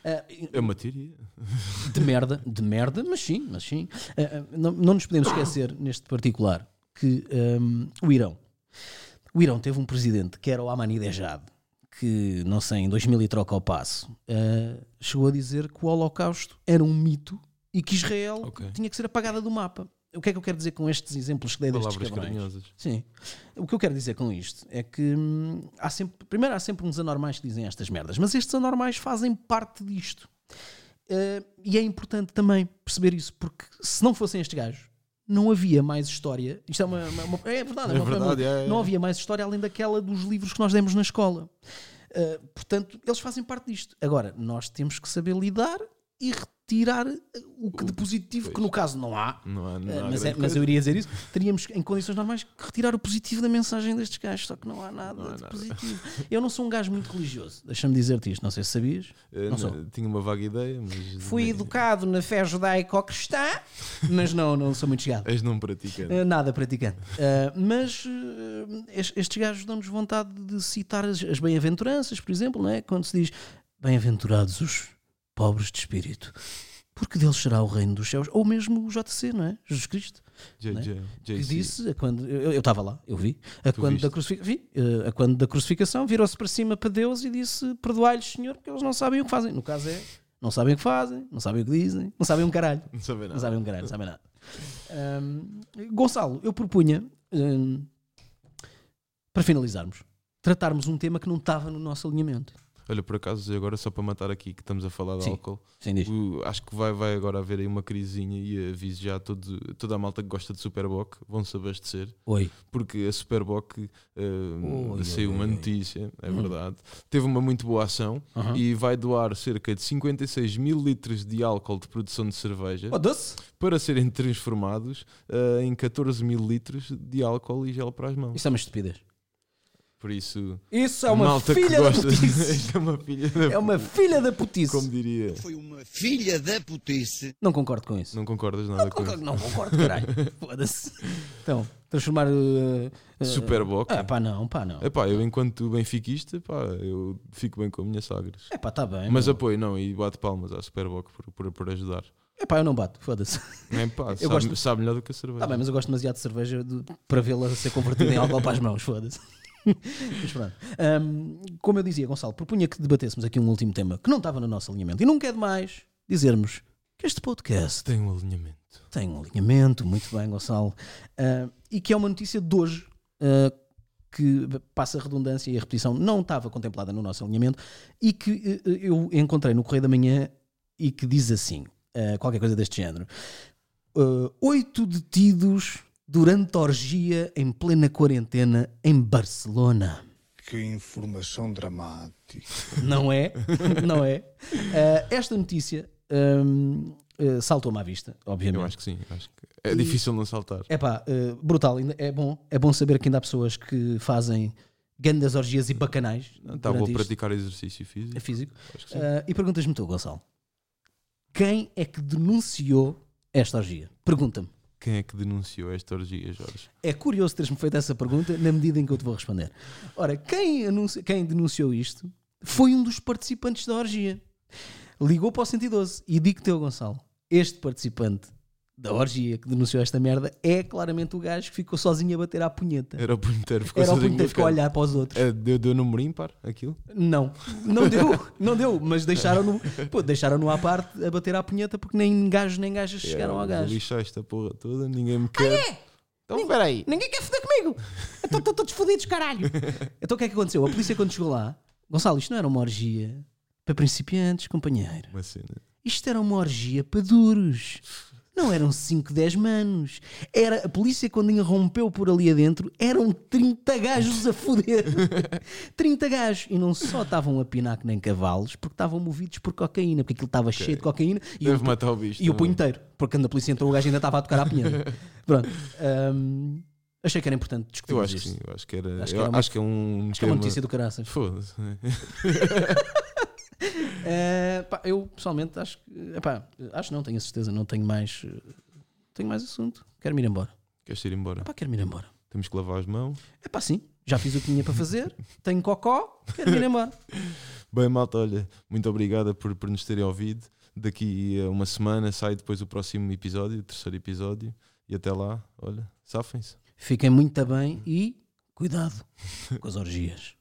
Speaker 2: Eh,
Speaker 1: É uma teoria.
Speaker 2: de merda, de merda, mas sim, mas sim. Ah, ah, não, não nos podemos esquecer, neste particular, que hum, o Irão. O Irão teve um presidente que era o Ahmadinejad, que, não sei, em 2000 e troca ao passo, ah, chegou a dizer que o Holocausto era um mito e que Israel
Speaker 1: Ok.
Speaker 2: tinha que ser apagada do mapa. O que é que eu quero dizer com estes exemplos que é dei destes
Speaker 1: Palavras
Speaker 2: cabrões?
Speaker 1: carinhosas.
Speaker 2: Sim. O que eu quero dizer com isto é que hum, há sempre, primeiro há sempre uns anormais que dizem estas merdas, mas estes anormais fazem parte disto. Eh, e é importante também perceber isso, porque se não fossem estes gajos, não havia mais história. Isto é uma. uma- uma- é verdade,
Speaker 1: É
Speaker 2: uma-
Speaker 1: verdade,
Speaker 2: uma-
Speaker 1: é, é.
Speaker 2: não havia mais história além daquela dos livros que nós demos na escola. Eh, portanto, eles fazem parte disto. Agora, nós temos que saber lidar e retirar eh, o que de positivo, que no caso não há,
Speaker 1: Não há, não
Speaker 2: Uh,
Speaker 1: há
Speaker 2: mas, é-
Speaker 1: grande
Speaker 2: mas
Speaker 1: coisa.
Speaker 2: eu iria dizer isso. Teríamos, em condições normais, que retirar o positivo da mensagem destes gajos, só que não há nada de positivo. Eu não sou um gajo muito religioso, deixa-me dizer-te isto, não sei se sabias.
Speaker 1: Eh,
Speaker 2: não
Speaker 1: não,
Speaker 2: sou.
Speaker 1: Tinha uma vaga ideia, mas. é
Speaker 2: Fui
Speaker 1: nem-
Speaker 2: educado na fé judaico-cristã, mas não, não sou muito chegado.
Speaker 1: És não praticante.
Speaker 2: Uh, Nada praticante. Uh, mas uh, es- estes gajos dão-nos vontade de citar as, as bem-aventuranças, por exemplo, não é? quando se diz bem-aventurados os pobres de espírito, porque deles será o reino dos céus, ou mesmo o JC, não é? Jesus Cristo.
Speaker 1: JJ,
Speaker 2: né? que
Speaker 1: JC.
Speaker 2: disse a quando eu eu estava lá, eu vi a
Speaker 1: Tu
Speaker 2: quando
Speaker 1: viste?
Speaker 2: da crucificação, vi, eh, a quando da crucificação virou-se para cima para Deus e disse perdoai-lhes Senhor porque eles não sabem o que fazem. No caso é não sabem o que fazem, não sabem o que dizem, não sabem um caralho,
Speaker 1: Não sabem
Speaker 2: não
Speaker 1: nada.
Speaker 2: sabem um caralho, não sabem nada. Ahm, Gonçalo, eu propunha ahm, para finalizarmos tratarmos um tema que não estava no nosso alinhamento.
Speaker 1: Olha, por acaso, agora só para matar aqui que estamos a falar de
Speaker 2: Sim.
Speaker 1: álcool,
Speaker 2: Sim, diz.
Speaker 1: o- acho que vai, vai agora haver aí uma crisezinha e aviso já a todo, toda a malta que gosta de Superboc vão se abastecer,
Speaker 2: Oi.
Speaker 1: porque a Superboc eh,
Speaker 2: Oi,
Speaker 1: saiu
Speaker 2: oi,
Speaker 1: uma
Speaker 2: oi, oi.
Speaker 1: notícia, é
Speaker 2: Hum.
Speaker 1: verdade. Teve uma muito boa ação
Speaker 2: Aham.
Speaker 1: e vai doar cerca de 56 mil litros de álcool de produção de cerveja
Speaker 2: Oh, doce?
Speaker 1: para serem transformados eh, em 14 mil litros de álcool e gel para as mãos.
Speaker 2: Isso é uma estupidez.
Speaker 1: Por isso,
Speaker 2: Isso é uma
Speaker 1: malta que
Speaker 2: filha da
Speaker 1: gosta
Speaker 2: putice.
Speaker 1: é uma filha da
Speaker 2: É uma filha da putice.
Speaker 1: Como diria.
Speaker 3: Foi uma filha da putice.
Speaker 2: Não concordo com isso.
Speaker 1: Não concordas nada com
Speaker 2: Concordo-
Speaker 1: isso.
Speaker 2: Não concordo, caralho. Foda-se. Então, transformar. uh, uh,
Speaker 1: Superboc.
Speaker 2: Ah, pá, não, pá, não.
Speaker 1: Epá, eu enquanto benfiquista, pá, eu fico bem com a minha Sagres.
Speaker 2: É pá, tá bem.
Speaker 1: Mas
Speaker 2: meu.
Speaker 1: apoio, não, e bato palmas à Superboc por, por, por ajudar.
Speaker 2: É pá, eu não bato, foda-se.
Speaker 1: É, pá, sabe,
Speaker 2: gosto-
Speaker 1: sabe melhor do que a cerveja.
Speaker 2: Tá bem, mas eu gosto demasiado de cerveja de- para vê-la ser convertida em álcool para as mãos, foda-se. Mas pronto. Ahm, como eu dizia, Gonçalo, propunha que debatêssemos aqui um último tema que não estava no nosso alinhamento. E nunca é demais dizermos que este podcast
Speaker 1: Tem um alinhamento.
Speaker 2: tem um alinhamento, muito bem, Gonçalo, Ah, e que é uma notícia de hoje. ah, que passa a redundância e a repetição não estava contemplada no nosso alinhamento e que eh, eu encontrei no Correio da Manhã e que diz assim: ah, qualquer coisa deste género. Ah, Oito detidos durante orgia em plena quarentena em Barcelona.
Speaker 4: Que informação dramática.
Speaker 2: Não é? Não é? Ah, esta notícia ahm, ah, saltou-me à vista, obviamente.
Speaker 1: Eu acho que sim. acho que- É difícil não saltar.
Speaker 2: É pá, brutal. ainda- É bom, é bom saber que ainda há pessoas que fazem grandes orgias e bacanais.
Speaker 1: Estava
Speaker 2: durante
Speaker 1: a
Speaker 2: isto.
Speaker 1: Tá praticar exercício físico.
Speaker 2: É físico.
Speaker 1: Acho que sim.
Speaker 2: Ah, e perguntas-me tu, Gonçalo, quem é que denunciou esta orgia? Pergunta-me.
Speaker 1: Quem é que denunciou esta orgia, Jorge?
Speaker 2: É curioso teres-me feito essa pergunta na medida em que eu te vou responder. Ora, quem, anunci- quem denunciou isto foi um dos participantes da orgia. Ligou para o 112 e digo-te, eu, Gonçalo, este participante da orgia que denunciou esta merda é claramente o gajo que ficou sozinho a bater à punheta.
Speaker 1: Era o punheteiro. ficou
Speaker 2: Era o
Speaker 1: sozinho
Speaker 2: punho que
Speaker 1: no
Speaker 2: ficou a
Speaker 1: canto.
Speaker 2: olhar para os outros.
Speaker 1: É, deu, deu número ímpar aquilo?
Speaker 2: Não, não deu, não deu, mas deixaram-no pô, deixaram-no à parte a bater à punheta porque nem gajos nem gajas chegaram ao gajo.
Speaker 1: Lixar esta porra toda, ninguém me quer. Então espera aí.
Speaker 2: Ninguém quer foder comigo! Então estão todos fodidos, caralho! Então o que é que aconteceu? A polícia quando chegou lá, Gonçalo, isto não era uma orgia para principiantes, companheiro.
Speaker 1: Uma cena.
Speaker 2: Isto era uma orgia para duros. Não eram 5, 10 manos. Era, a polícia, quando irrompeu por ali adentro, eram 30 gajos a foder. 30 gajos. E não só estavam a pinar que nem cavalos, porque estavam movidos por cocaína, porque aquilo estava cheio de cocaína. E
Speaker 1: Deve
Speaker 2: o-
Speaker 1: matar o bicho.
Speaker 2: e o
Speaker 1: também.
Speaker 2: punho inteiro, porque quando a polícia entrou o gajo ainda estava a tocar à pinheira. Pronto. Hum, achei que era importante
Speaker 1: Eu
Speaker 2: discutirmos
Speaker 1: acho que
Speaker 2: isto.
Speaker 1: sim, eu acho que era.
Speaker 2: Acho
Speaker 1: Acho
Speaker 2: que
Speaker 1: que,
Speaker 2: era uma-
Speaker 1: acho que é um.
Speaker 2: Acho que é uma
Speaker 1: tema-
Speaker 2: notícia do caraças.
Speaker 1: Foda-se. né?
Speaker 2: Eh, pá, eu pessoalmente acho que. epá, acho não, tenho a certeza, não tenho mais. eh, Tenho mais assunto. Quero-me ir embora.
Speaker 1: Queres ir embora?
Speaker 2: Epá, quero-me ir embora.
Speaker 1: Temos que lavar as mãos.
Speaker 2: É pá, sim. Já fiz o que tinha para fazer. Tenho cocó. Quero-me ir embora.
Speaker 1: Bem, malta, olha, muito obrigada por, por nos terem ouvido. Daqui a uma semana sai depois o próximo episódio, o terceiro episódio. E até lá, olha, safem-se.
Speaker 2: Fiquem muito bem e. Cuidado com as orgias.